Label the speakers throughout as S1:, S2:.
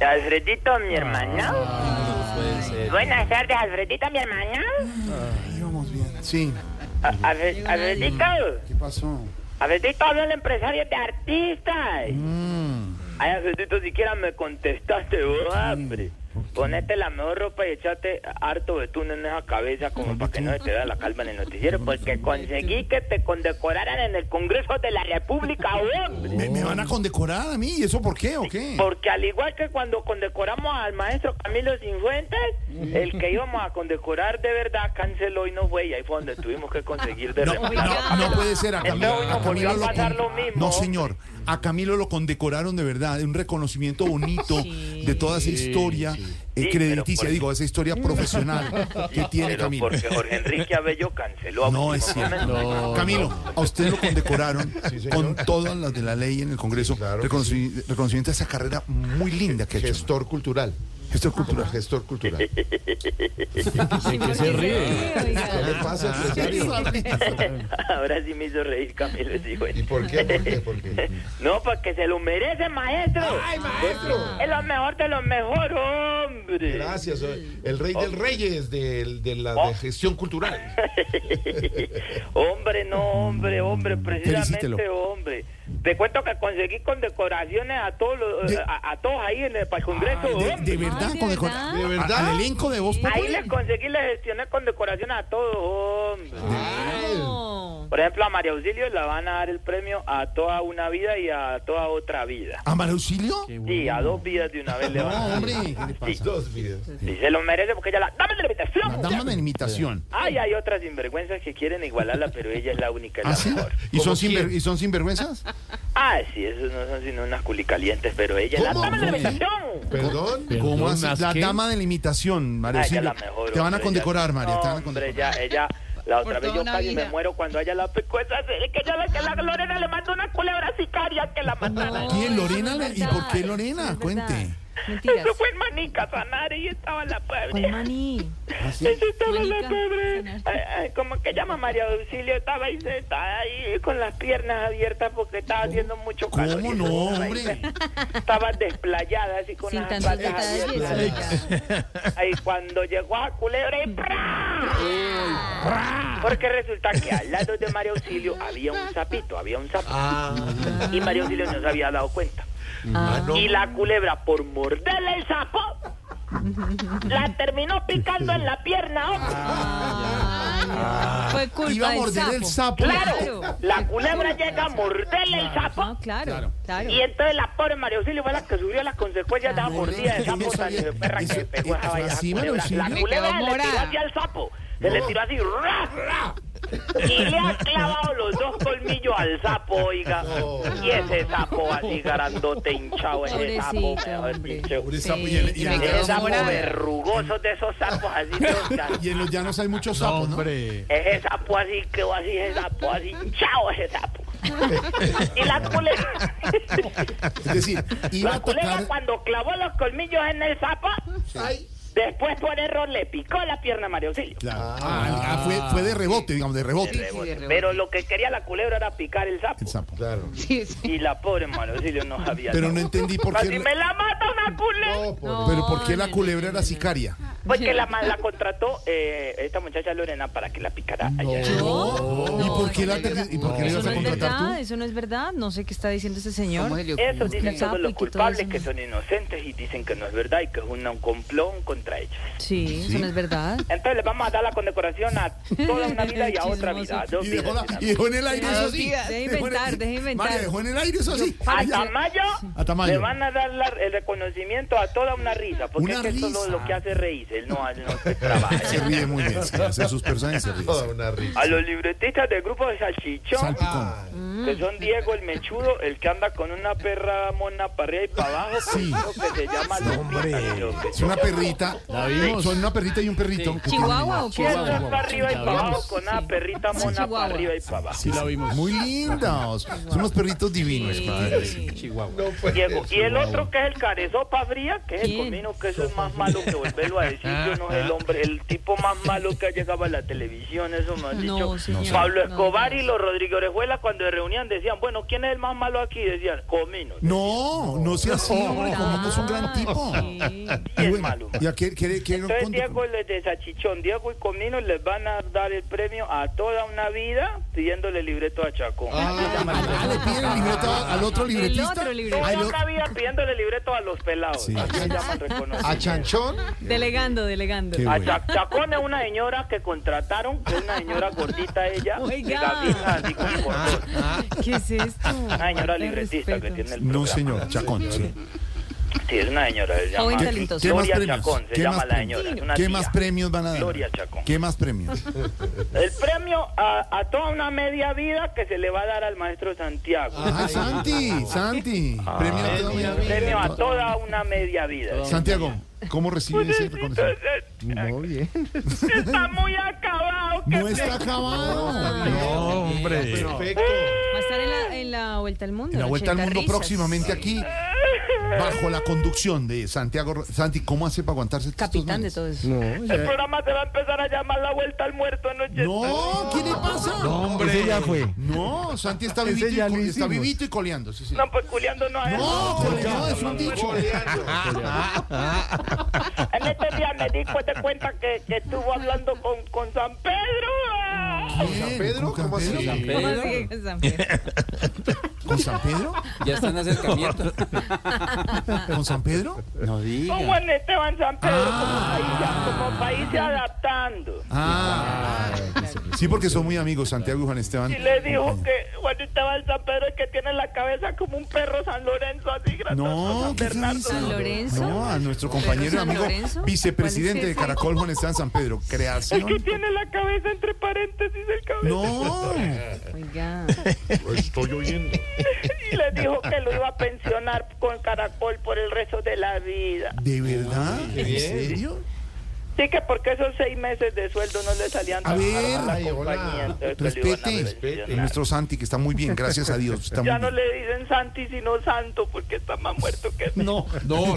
S1: Alfredito,
S2: Ah.
S1: mi hermano.
S3: No puede ser.
S1: Buenas tardes, Alfredito, mi hermano.
S2: Íbamos bien. Sí,
S1: A- Alfred- Alfredito,
S2: ¿qué pasó?
S1: Alfredito, habla el empresario de artistas.
S2: Mm,
S1: Ay, Alfredito, siquiera me contestaste, vos, hombre. Ponete la mejor ropa y echate harto betún en esa cabeza como para que no se te vea la calva en el noticiero, porque conseguí que te condecoraran en el Congreso de la República, hombre.
S2: ¿Me, me van a condecorar a mí? ¿Y eso por qué o qué?
S1: Porque al igual que cuando condecoramos al maestro Camilo Sinfuentes, el que íbamos a condecorar de verdad canceló y no fue, y ahí fue donde tuvimos que conseguir de
S2: No,
S1: reemplazo.
S2: no, no puede ser. A
S1: Entonces,
S2: Camilo,
S1: bueno,
S2: a Camilo
S1: volvió a
S2: lo
S1: pasar
S2: con-
S1: lo mismo.
S2: No, señor. A Camilo lo condecoraron de verdad. Un reconocimiento bonito de toda esa historia eh,
S1: Sí, pero
S2: crediticia,
S1: por-
S2: digo, esa historia profesional que tiene
S1: Pero
S2: Camilo.
S1: porque Jorge Enrique Abello canceló a
S2: No es
S1: último
S2: cierto.
S1: momento.
S2: Camilo, a usted lo condecoraron
S4: señor.
S2: con todas las de la ley en el Congreso.
S4: claro que
S2: Reconoci- Reconocimiento a esa carrera muy linda que ha hecho.
S4: Gestor cultural.
S2: Gestor cultural.
S4: Gestor cultural.
S3: Que se ríe.
S4: ¿Qué le pasa,
S5: Ah,
S4: empresario?
S1: Ahora sí me hizo reír Camilo
S4: ¿Y
S1: Sinfuentes.
S4: por qué? ¿Por qué? ¿Por qué?
S1: No, porque se lo merece, maestro.
S4: maestro!
S1: Es lo mejor de lo mejor, hombre.
S4: Gracias, eh, el rey del reyes del- de, la de gestión cultural.
S1: hombre, no, hombre, hombre,
S2: Mm,
S1: precisamente,
S2: Felicítelo.
S1: hombre. Te cuento que conseguí condecoraciones a todos, los-
S2: De-
S1: a, a todos ahí en el, para el Congreso.
S2: De,
S1: hombre.
S2: de verdad,
S5: Ay, ¿de
S2: condecor-
S5: verdad?
S2: a-
S4: ¿De verdad?
S2: al elenco de Voz
S1: ahí
S2: Populi.
S1: les conseguí, les gestioné condecoraciones a todos, hombre.
S4: Ay,
S5: No.
S1: Por ejemplo, a María Auxilio le van a dar el premio a toda una vida y a toda otra vida.
S2: ¿A María Auxilio?
S1: Sí, a dos vidas de una vez le
S2: No,
S1: van a dar.
S2: hombre, ¿qué le
S1: Sí,
S2: pasa?
S4: dos vidas.
S1: sí, se lo merece porque ella la... ¡Dame la invitación!
S2: Dame una imitación.
S1: Ay, hay otras sinvergüenzas que quieren igualarla, pero ella es la única, es la
S2: ¿Ah, sí?
S1: mejor.
S2: ¿Y son,
S4: ¿Cómo quién?
S2: sinver- ¿Y son sinvergüenzas?
S1: Ah, sí, esos no son sino unas culicalientes, pero ella es la
S4: ¿Cómo?
S1: dama de la
S2: ¿Cómo?
S1: invitación.
S2: ¿Cómo
S4: ¿Perdón?
S3: Perdón,
S2: así?
S3: ¿las
S2: La
S3: qué?
S2: dama de la imitación, María
S1: Ah, ella es
S2: Auxilio.
S1: la mejor.
S2: Te van a
S1: hombre,
S2: condecorar,
S1: ella-
S2: María. te van a
S1: No, hombre,
S2: condecorar.
S1: ella, ella, la otra
S5: Por
S1: vez
S5: toda
S1: yo
S5: una
S1: casi me
S5: vida.
S1: muero cuando ella la picó. Esa, es que ella la que la Lorena le mandó una culebra sicaria que la matara.
S2: ¿Quién, Lorena?
S5: No, es
S2: ¿Y por qué
S5: verdad,
S2: Lorena?
S5: es verdad.
S2: Cuente.
S5: Mentiras.
S1: Eso fue en Manica, Sanare, y estaba la
S5: Con
S1: pobre.
S5: maní.
S1: Eso estaba la
S5: Manica,
S1: pobre.
S5: Sanare.
S1: Ay, ay, ¿Cómo que llama María Auxilio? Estaba ahí sentada ahí con las piernas abiertas porque estaba haciendo mucho calor.
S2: ¿Cómo
S1: y
S2: no,
S1: estaba ahí,
S2: hombre?
S1: Estaba desplayada así con
S5: Sin
S1: las
S5: tantos
S1: patas
S5: detalles.
S1: abiertas. Ahí cuando llegó a Culebra y ¡prá! Porque resulta que al lado de María Auxilio había un sapito, había un sapo. Y María Auxilio no se había dado cuenta.
S5: Ah,
S1: Y la culebra, por morderle el sapo, la terminó picando en la pierna. hombre.
S5: ay, no. Fue culpa
S2: Ah. Iba a
S5: del
S2: morder el sapo.
S1: Claro, la culebra llega a morderle el sapo.
S5: No, claro, claro.
S1: Y entonces la pobre María Auxilio fue la que sufrió las consecuencias de esa mordida de sapo
S2: Ah, Eso
S1: tan
S2: había-
S1: perra que
S2: eso-
S1: le pegó a esa
S2: eso
S1: vaina,
S2: así,
S1: esa
S2: María
S1: culebra.
S2: Auxilio.
S1: La
S2: Me
S1: culebra
S5: quedó
S1: le tiró
S5: morada.
S1: así al sapo. Se le tiró así, ¡ra, ra! Y le ha clavado los dos colmillos al sapo, oiga. Y ese sapo así garandote hinchado, ese sapo,
S5: Pobrecito,
S1: mejor
S5: hombre.
S1: dicho.
S2: Pobre sapo,
S5: Sí,
S2: y el- y el-
S5: me
S1: Ese
S5: quedó
S1: sapo
S5: morada.
S1: verrugoso de esos sapos así, todos
S2: Y en los llanos hay muchos sapos, ¿no?
S3: Hombre.
S1: ese sapo así quedó así, ese sapo así, chao ese sapo. y la culebra,
S2: Es decir, iba
S1: la
S2: a
S1: culebra
S2: tocar.
S1: cuando clavó los colmillos en el sapo, después por error le picó la pierna a Mario Auxilio.
S2: Claro. Ah, ah, fue, fue de rebote, digamos, de
S1: De
S2: rebote.
S1: rebote. Pero lo que quería la culebra era picar el sapo.
S2: El sapo.
S4: Claro.
S5: Sí, sí.
S1: Y la pobre Mario Auxilio no sabía.
S2: Pero
S1: nada.
S2: no entendí por
S1: Casi
S2: qué.
S1: me la mata una culebra.
S4: No, por-
S2: Pero por qué
S5: No,
S2: la
S5: no,
S2: culebra
S5: no, no,
S2: era
S5: no.
S2: sicaria.
S1: Porque la, ma- la contrató eh, esta muchacha Lorena para que la picara allá.
S2: ¿Y por qué la te- y por qué la
S5: Eso
S2: ibas
S5: no
S2: a
S5: es
S2: contratar tú?
S5: verdad, eso no es verdad. No sé qué está diciendo este señor.
S1: Eso dicen
S5: El sapo
S1: todos los
S5: y que todo
S1: culpables
S5: eso
S1: que
S5: no.
S1: son inocentes y dicen que no es verdad y que es un, un complón contra ellos.
S5: Sí, eso no es verdad.
S1: Entonces le vamos a dar la condecoración a toda una vida y a otra vida. a dos
S2: Y dejó,
S1: vidas.
S2: la- y dejó en el aire eso sí.
S5: Deja inventar, deja inventar.
S2: María, dejó en el aire eso sí.
S1: A Tamayo,
S2: A Tamayo.
S1: le van a dar la- el reconocimiento a toda una risa, porque
S2: Una
S1: es que esto es lo-
S2: risa.
S1: lo que hace reírse, él no, él no se trabaja.
S2: Se ríe muy bien, sí, hace sus personas y se ríe.
S4: Toda una risa.
S1: A los libretistas del grupo de Salchichón,
S2: Salpicón.
S4: Ay,
S1: que son Diego el Mechudo, el que anda con una perra mona para arriba y para abajo,
S2: Sí.
S1: uno que se llama Lupita, creo que
S2: Es una perrita. Son una perrita y un perrito. que tienen-
S5: ¿Chihuahua o qué?
S1: Eso es para arriba y
S3: La
S1: para abajo
S3: vimos,
S1: con una
S5: sí.
S1: perrita
S5: Sí,
S1: mona para
S5: Chihuahua.
S1: arriba y para abajo.
S3: Sí la vimos.
S2: Muy lindos. Son unos perritos divinos.
S3: Padre, Chihuahua.
S4: no pues. puede
S1: Diego,
S4: ser.
S1: y el otro que es el carezopa fría, que es el
S5: ¿Quién?
S1: comino, que eso es más malo que volverlo a Castillo no es el hombre, el tipo más malo que ha llegado a la televisión, eso me han
S5: No,
S1: dicho.
S5: señor,
S1: Pablo
S5: no, no,
S1: Escobar y
S5: no.
S1: los Rodríguez Orejuela cuando se reunían decían, bueno, ¿quién es el más malo aquí? Decían, Comino.
S2: No, no sea así, hombre, Comino es un gran tipo. Ah,
S5: Sí.
S1: Y es
S2: bueno,
S1: malo.
S2: ¿Y a qué, qué- qué-
S1: Entonces
S2: cuánto-
S1: Diego les de Sachichón, Diego y Comino les van a dar el premio a toda una vida pidiéndole libreto a Chacón.
S6: Ah, le piden el libreto al otro
S5: El
S6: libretista.
S5: otro
S1: Toda
S5: libretista.
S1: una vida pidiéndole libreto a los pelados.
S2: Sí.
S1: Así se llama el
S6: A
S1: reconocimiento.
S6: Chanchón.
S5: Delegando, delegando.
S2: Qué
S1: A
S2: bueno.
S1: Ah, Cha- Chacón es una señora que contrataron, que es una señora gordita ella,
S5: Oiga.
S1: de gabija, así con
S2: Ah,
S1: cordón.
S5: ¿Qué es esto?
S1: Una señora
S5: Falta de
S1: libretista que
S5: respeto.
S1: tiene el
S2: No,
S1: programa.
S2: señor, Chacón. sí.
S1: Sí, es una señora. Se llama
S5: Joven talentosa.
S2: ¿Qué más
S1: Gloria
S2: premios?
S1: Chacón, se
S2: ¿Qué
S1: llama
S2: más
S1: la
S2: premios?
S1: señora. es una
S2: ¿Qué
S1: tía.
S2: más premios van a dar?
S1: Gloria Chacón.
S2: ¿Qué más premios?
S1: El premio a, a toda una media vida que se le va a dar al maestro Santiago.
S6: Ah, Santi, Santi.
S2: Premio a toda
S1: El
S2: una
S1: premio
S2: vida.
S1: a toda una media vida.
S2: Santiago, ¿cómo recibe ese reconocimiento?
S6: Muy bien.
S1: Está muy acabado. que
S2: No está acabado.
S6: No,
S4: hombre. Perfecto.
S5: Va a estar en la, en la Vuelta al Mundo.
S2: En la vuelta al
S5: 80
S2: mundo
S5: risas.
S2: próximamente aquí, bajo la conducción de Santiago. Ro- Santi, ¿cómo hace para aguantarse estos
S5: Capitán de
S2: manes?
S5: todo eso.
S6: No,
S1: El
S6: ya.
S1: programa se va a empezar a llamar La Vuelta al Muerto anoche.
S2: No, ¿qué le pasa? No,
S6: Ese ya fue.
S2: Santi está
S6: Ese
S2: vivito, y,
S6: ya lo
S2: col- está
S6: hicimos.
S2: vivito y coleando. sí, sí.
S1: No, pues culiando no es.
S2: No, coleando es un dicho.
S4: Oleando.
S1: En este día me di cu- de cuenta que, que estuvo hablando con, con San Pedro. ah.
S2: ¿Con
S4: San Pedro? ¿Cómo así?
S3: San
S5: ¿Cómo
S3: Pedro.
S5: así que San Pedro?
S2: ¿Con San Pedro?
S3: Ya están acercamientos.
S2: ¿Con San Pedro?
S3: No diga.
S1: Con Juan Esteban San Pedro como país, como país se adaptando.
S2: Ah, sí, porque son muy amigos, Santiago y Juan Esteban. Mm.
S1: Y le dijo que Juan Esteban San Pedro es que tiene la cabeza como un perro San Lorenzo así grande.
S2: No, ¿qué está diciendo?
S5: San Lorenzo.
S2: No, a nuestro compañero y
S5: ¿San
S2: amigo
S5: Lorenzo? ¿Cuál
S2: vicepresidente de
S5: es ese?
S2: Caracol, Juan Esteban San Pedro.
S1: Es que
S2: Creación.
S1: tiene la cabeza entre paréntesis el cabello.
S2: No,
S5: Oiga.
S4: Lo estoy oyendo.
S1: Y le dijo que lo iba a pensionar con caracol por el resto de la vida.
S2: ¿de verdad? ¿En serio?
S1: Sí, que porque esos seis meses de sueldo no le salían
S2: A
S1: tan
S2: ver,
S1: caros
S4: ay, hola.
S1: entonces que lo iban a
S2: Respete,
S1: pensionar.
S2: respete. Nuestro Santi, que está muy bien, gracias a Dios. Está muy
S1: Ya no
S2: bien.
S1: le dicen Santi sino Santo porque está más muerto que
S2: No.
S4: No,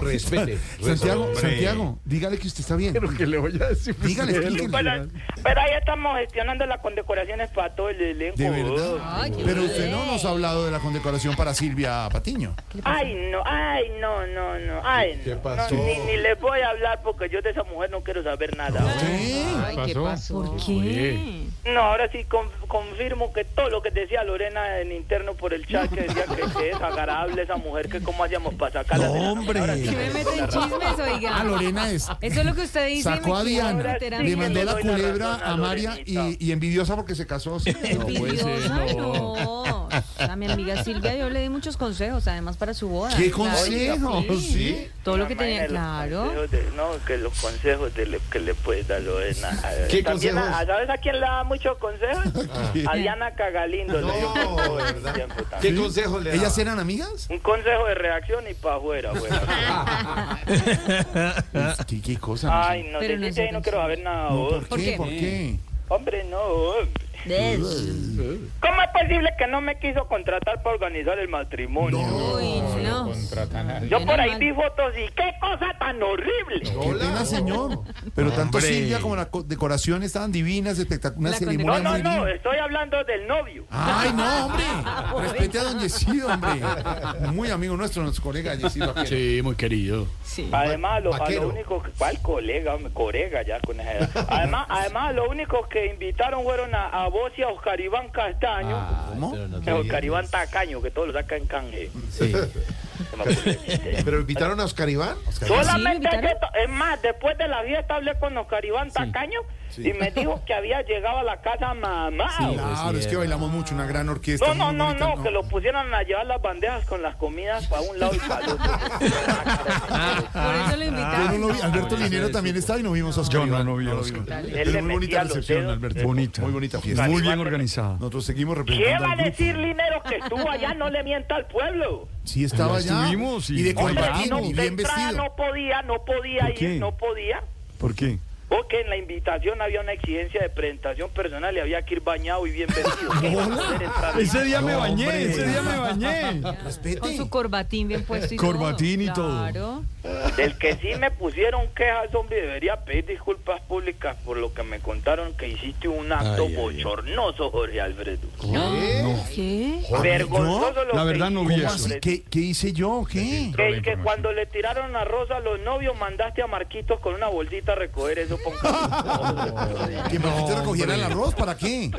S4: respete.
S2: Santiago,
S4: Hombre.
S2: Santiago, dígale que usted está bien.
S6: Lo que le voy a decir.
S2: Dígale, explíquele.
S1: Pero, pero ahí estamos gestionando las condecoraciones para todo el elenco.
S2: De verdad.
S5: Ay, qué
S2: Pero usted no
S5: bien.
S2: nos ha hablado de la condecoración para Silvia Patiño.
S1: Ay, no, ay, no, no, no, ay.
S4: ¿Qué
S1: no,
S4: pasó?
S1: no, ni, ni les voy a hablar porque yo de esa mujer no quiero saber nada.
S2: ¿Qué?
S5: Ay, ¿qué pasó? ¿Por qué?
S1: No, ahora sí con- confirmo que todo lo que decía Lorena en interno por el chat que decía que, que es agradable esa mujer, que cómo hacíamos para sacarla. de la-
S5: ¿Que me meten en chismes, oiga?
S2: Ah, Lorena es.
S5: Eso es lo que usted dice. me
S2: Sacó a
S5: quiero
S2: Diana,
S5: meter a
S1: sí
S2: le
S5: mí.
S2: mandó la
S1: doy la
S2: culebra
S1: razón a
S2: a María y,
S1: Lorenita.
S2: y envidiosa porque se casó. sí.
S5: Envidiosa, no. A mi amiga Silvia yo le di muchos consejos, además para su boda.
S2: ¿Qué
S5: Claro, pues,
S2: consejos? Sí.
S5: Todo lo que
S1: No, imagínate
S5: tenía,
S1: los
S5: claro.
S1: consejos de- no, que los consejos de lo que le puede dar Lorena. A ver,
S4: ¿Qué
S1: también
S4: consejos? Ah.
S1: a- ¿Sabes a quién le da muchos consejos? A Diana Cagalindo. le dio
S4: No,
S1: consejos en
S4: ¿verdad?
S1: su tiempo también.
S4: ¿Qué consejo le da?
S2: ¿Ellas eran amigas?
S1: Un consejo de reacción y para afuera, afuera.
S4: Ah.
S2: ¿Qué, qué cosa? no
S1: Ay,
S2: sé.
S1: no,
S5: Pero
S1: de
S5: no
S1: DJ
S5: son
S1: no quiero saber nada.
S2: No,
S1: hombre.
S2: ¿Por qué?
S5: qué?
S2: ¿Por qué?
S1: Hombre, no. hombre. ¿Cómo es posible que no me quiso contratar para organizar el matrimonio?
S5: Uy, no.
S1: Yo por ahí
S5: Menos
S1: vi
S5: mal.
S1: fotos y qué cosa tan horrible.
S2: Qué pena, señor. Pero tanto Silvia como la co- decoración estaban divinas, espectaculares.
S5: La
S2: Una
S1: No,
S2: ceremonia
S1: no,
S2: muy
S1: no,
S2: linda.
S1: estoy hablando del novio.
S2: Ay, no, hombre. Respete a don Yesido, hombre. Muy amigo nuestro, nuestro colega Yesido. aquel.
S6: Sí, muy querido.
S5: Sí.
S1: Además, lo, a
S4: vaquero.
S1: lo único que. ¿Cuál colega? hombre? Corega ya con esa edad. Además, además, lo único que invitaron fueron a, a vos y a Oscar Iván Castaño.
S2: ¿Cómo?
S1: a Oscar Iván Tacaño, que todos lo sacan canje. Se me ocurrió el chiste.
S4: ¿Pero invitaron a Oscar Iván?
S1: Solamente
S5: Sí,
S1: que esto- es más, después de la fiesta hablé con Oscar Iván Tacaño y me dijo que había llegado a la casa mamá.
S2: Claro, es que bailamos mucho, una gran orquesta.
S1: No, no,
S2: muy
S1: no,
S2: bonita,
S1: no, que lo pusieran a llevar las bandejas con las comidas para un lado y para el otro.
S5: Por eso lo
S2: Ah, Yo no
S5: invitaron.
S2: lo vi. Alberto Linero también está y no vimos a Oscar. Yo no, vi a Oscar.
S1: Él le metía los dedos.
S2: Bonita. Muy bonita fiesta.
S1: Muy bien organizada.
S2: Nosotros seguimos
S1: ¿Qué
S2: representando
S1: va
S2: al
S1: a
S2: grupo.
S1: decir Linero que estuvo allá? No le mienta al pueblo.
S2: Sí, estaba allá.
S6: estuvimos y-
S2: y de
S6: Hombre,
S1: Hombre,
S2: corbatín
S1: si no,
S2: y
S1: de
S2: bien
S1: entrada
S2: vestido.
S1: no podía, no podía
S6: ¿Por
S1: ir,
S6: qué?
S1: no podía.
S6: ¿Por qué?
S1: O que en la invitación había una exigencia de presentación personal y había que ir bañado y bien vestido. ¿Qué iba a hacer esta
S7: Ese día me
S2: No,
S7: bañé,
S2: hombre.
S7: ese día me bañé.
S2: Respete.
S5: Con su corbatín bien puesto y
S2: Corbatín y todo.
S5: todo. Claro.
S1: Del que sí me pusieron quejas, hombre, debería pedir disculpas públicas por lo que me contaron que hiciste un acto bochornoso, Jorge Alfredo.
S5: ¿Qué?
S1: Vergonzoso lo
S7: La
S1: que
S7: verdad no
S1: hiciste,
S7: vi
S1: Jorge
S2: ¿Cómo
S7: eso.
S2: así?
S1: Alfredo.
S2: ¿Qué, qué hice yo? ¿Qué?
S1: Que, que cuando le tiraron a Rosa a los novios, mandaste a Marquitos con una bolsita a recoger eso con
S2: ¿Que me fuiste a recoger el arroz? ¿Para qué?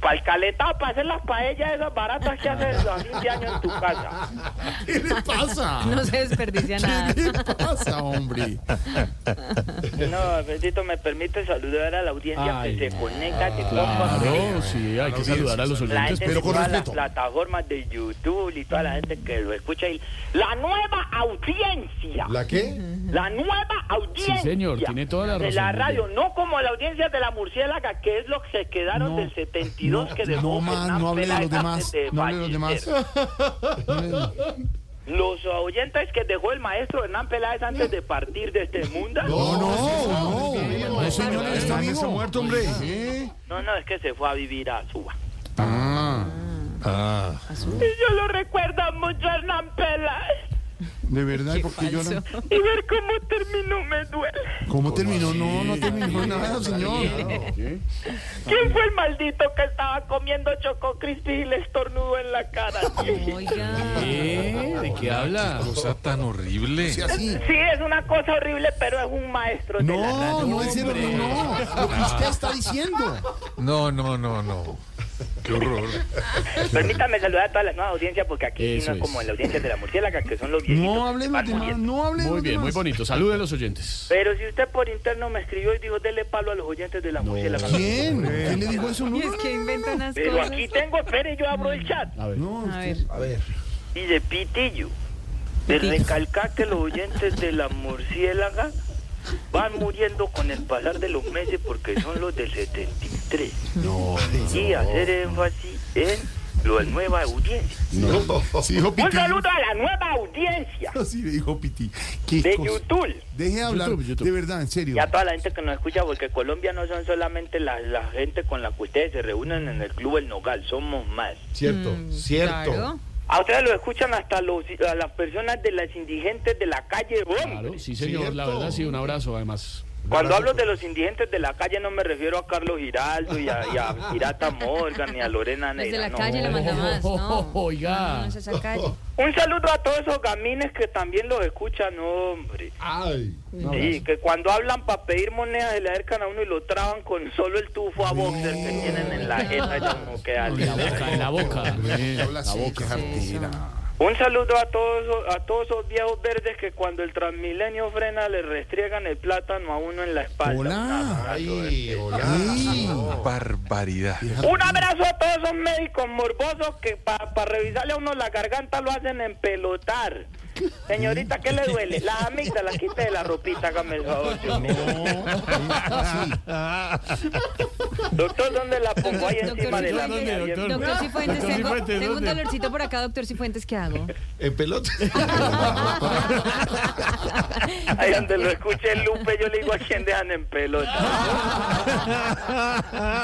S1: Para el caleta, para hacer las paellas esas baratas que haces a fin de año en tu casa.
S2: ¿Qué le pasa?
S5: No se desperdicia nada.
S2: ¿Qué le pasa, hombre?
S1: No, Bendito, me permite saludar a la audiencia
S6: Ay,
S1: que se conecta, que compa-
S6: Claro, sí, hay que saludar a los
S1: La
S6: oyentes.
S1: gente
S2: pero
S1: de
S2: con
S1: todas
S2: respeto.
S1: las plataformas de YouTube y toda la gente que lo escucha y la nueva audiencia, la,
S4: ¿La qué?
S1: nueva audiencia
S6: Sí, señor, tiene toda la
S1: de la
S6: razón.
S1: radio, no como la audiencia de la murciélaga que es los que se quedaron
S2: No,
S1: del 72 que dejó
S2: No más,
S1: Hernán
S2: no hable de los
S1: Peláez
S2: demás.
S1: antes de
S2: No hable de los demás.
S1: fallecer. Los oyentes que dejó el maestro Hernán Peláez antes de partir de este mundo.
S2: No, no,
S4: vivo.
S2: no. No, señor, él está
S7: Está
S2: vivo.
S7: muerto, hombre.
S2: ¿Qué?
S1: No, no, es que se fue a vivir a Suba.
S4: Ah.
S1: Y yo lo recuerdo mucho a Hernán Peláez.
S2: De verdad, ¿por qué lloran?
S1: Y ver cómo terminó me duele.
S2: ¿Cómo terminó? No, no terminó nada, señor.
S1: ¿Quién fue el maldito que estaba comiendo Choco Crispy y le estornudó en la cara?
S5: Oiga.
S6: ¿Eh? ¿De qué habla?
S8: Cosa tan horrible.
S2: Sí, así.
S1: Sí, es una cosa horrible, pero es un maestro de la radio.
S2: No, no es cierto, no. Lo que usted está diciendo.
S8: No, no, no, no. Qué horror.
S1: Permítame saludar a todas las nuevas audiencias, porque aquí
S6: Eso
S1: no es como
S6: es.
S1: en la audiencia de la murciélaga, que son los viejitos.
S2: No
S1: que
S2: hable
S1: se
S2: de
S1: van
S2: los demás,
S1: muriendo.
S2: no hable de
S6: Muy
S2: los
S6: bien, muy
S2: demás.
S6: bonito. Salude a los oyentes.
S1: Pero si usted por interno me escribió y dijo, dele palo a los oyentes de la murciélaga.
S2: ¿Quién? ¿Quién le dijo eso? No,
S5: Y es
S2: no,
S5: que
S2: no, no,
S5: inventan las
S1: Pero
S5: cosas.
S1: aquí tengo, espere, yo abro el chat.
S6: A ver.
S2: No,
S5: A ver.
S2: usted-
S4: A ver.
S1: Dice Pitillo, de
S5: Pitillo.
S1: recalcar que los oyentes de la murciélaga van muriendo con el pasar de los meses porque son los del 73. y hacer énfasis en la nueva audiencia.
S4: No.
S2: Sí, dijo
S1: Un
S2: Piti.
S1: saludo a la nueva audiencia
S2: Sí, dijo Piti. Qué
S1: de
S2: cosa.
S1: YouTube.
S2: Deje de hablar,
S6: YouTube, YouTube.
S2: de verdad, en serio.
S1: Y a toda la gente que nos escucha, porque Colombia no son solamente la, la gente con la que ustedes se reúnen en el Club El Nogal, somos más.
S4: Cierto,
S5: Mm,
S4: cierto.
S5: claro.
S1: A ustedes lo escuchan hasta los, a las personas de las indigentes de la calle. hombre.
S6: Claro, sí, señor. La verdad, sí, un abrazo, además.
S1: Cuando hablo de los indigentes de la calle no me refiero a Carlos Giraldo y a, y a Pirata Morgan ni a Lorena
S5: Los de
S1: Neira,
S5: la
S1: no.
S5: calle la manda más, ¿no?
S6: Oiga.
S5: No, no, no es esa calle.
S1: Un saludo a todos esos gamines que también los escuchan, hombre.
S4: Ay.
S1: Sí, que cuando hablan para pedir monedas se le acercan a uno y lo traban con solo el tufo a boxer que tienen en la jeta ya uno queda
S6: En la
S1: libre.
S6: boca, en la boca.
S2: Habla así, qué jartera.
S1: Un saludo a todos esos- a todos esos viejos verdes que cuando el Transmilenio frena le restriegan el plátano a uno en la espalda.
S2: Hola.
S4: Ay, hola.
S2: Ey,
S8: Barbaridad.
S1: Un abrazo a todos esos médicos morbosos que para revisarle a uno la garganta lo hacen empelotar. Señorita, ¿qué le duele? La amígdala, quite de la ropita, hágame el favor. señor. Doctor, ¿dónde la pongo? Ahí
S5: Doctor
S1: encima de la
S5: Cifuentes,
S1: mía. bien-
S5: Doctor Cifuentes,
S6: Doctor
S5: tengo,
S6: Cifuentes,
S5: tengo un
S6: ¿dónde?
S5: dolorcito por acá, doctor Cifuentes, ¿qué hago?
S4: En pelota.
S1: Ahí donde lo escuche el Lupe, yo le digo a quién dejan en pelota.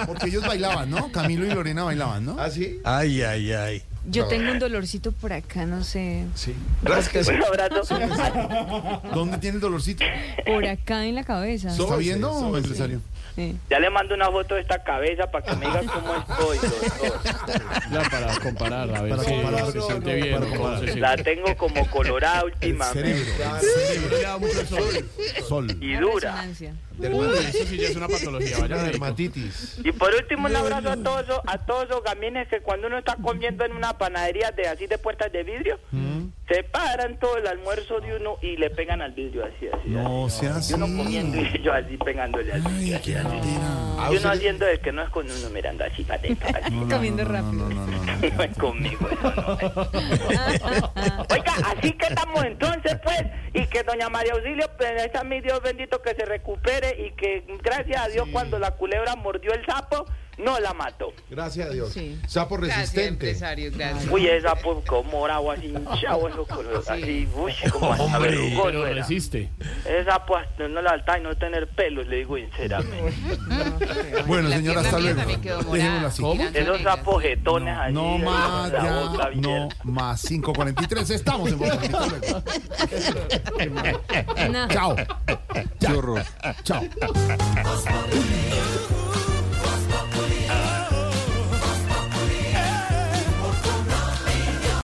S2: Porque ellos bailaban, ¿no? Camilo y Lorena bailaban, ¿no?
S4: ¿Ah, sí?
S7: Ay, ay, ay.
S5: Yo tengo un dolorcito por acá, no sé,
S4: Sí. Gracias.
S1: Un abrazo.
S2: ¿Dónde tiene el dolorcito?
S5: por acá en la cabeza.
S2: ¿Está
S4: Sóbase,
S2: viendo,
S4: sóbase.
S2: empresario?
S5: Sí.
S1: Ya le mando una foto de esta cabeza para que me diga cómo estoy, doctor.
S6: Ya, para comparar, a ver
S2: Para
S6: si
S2: comparar,
S6: se
S2: no,
S6: siente
S2: no,
S6: bien.
S2: para
S6: cómo
S2: comparar.
S6: se siente.
S1: La tengo como colorada últimamente
S2: Sol.
S1: y
S5: Una
S1: dura.
S5: resonancia.
S6: Uy, eso sí ya es una patología. Vaya
S4: Una
S6: médico.
S4: dermatitis.
S1: Y por último, un abrazo a todos, esos- a todos los gamines que cuando uno está comiendo en una panadería de así de puertas de vidrio, se paran todo el almuerzo de uno y le pegan al vidrio así, así.
S2: No sea así.
S1: Yo no comiendo y yo así pegándole así.
S2: Ay, qué jartera.
S1: Y uno haciendo de que no es con uno mirando así para adentro. así.
S5: Comiendo rápido. Ah,
S2: No, no, no, no.
S1: No es conmigo, eso no es. Oiga, así que estamos entonces, pues, y que doña María Auxilio, pues, esa mi Dios bendito que se recupere y que gracias a Dios cuando la culebra mordió el sapo, no la mató.
S4: Gracias a Dios.
S5: Sí.
S4: Sapo
S9: Gracias,
S4: resistente.
S9: empresario, gracias.
S1: Uy, esa pues como bravo así, hinchado, eso color, así, uy, como hasta
S8: Hombre,
S1: verrugoso
S6: Pero
S1: era.
S6: resiste.
S1: Esa pues no la alta y no tener pelos, le digo sinceramente.
S5: ah.
S2: Bueno,
S9: La
S2: señora, hasta
S9: pierna mía
S2: luego.
S9: también quedó morada.
S2: Dejémoslo así.
S9: ¿Cómo?
S1: Esos sapos jetones así.
S2: No
S1: ahí,
S2: más,
S1: con la boca
S2: ya, no
S1: abierta.
S2: más. 5.43, estamos en Voz Populi. Hasta luego.
S5: No.
S2: Chao,
S8: Qué horror.
S2: chao.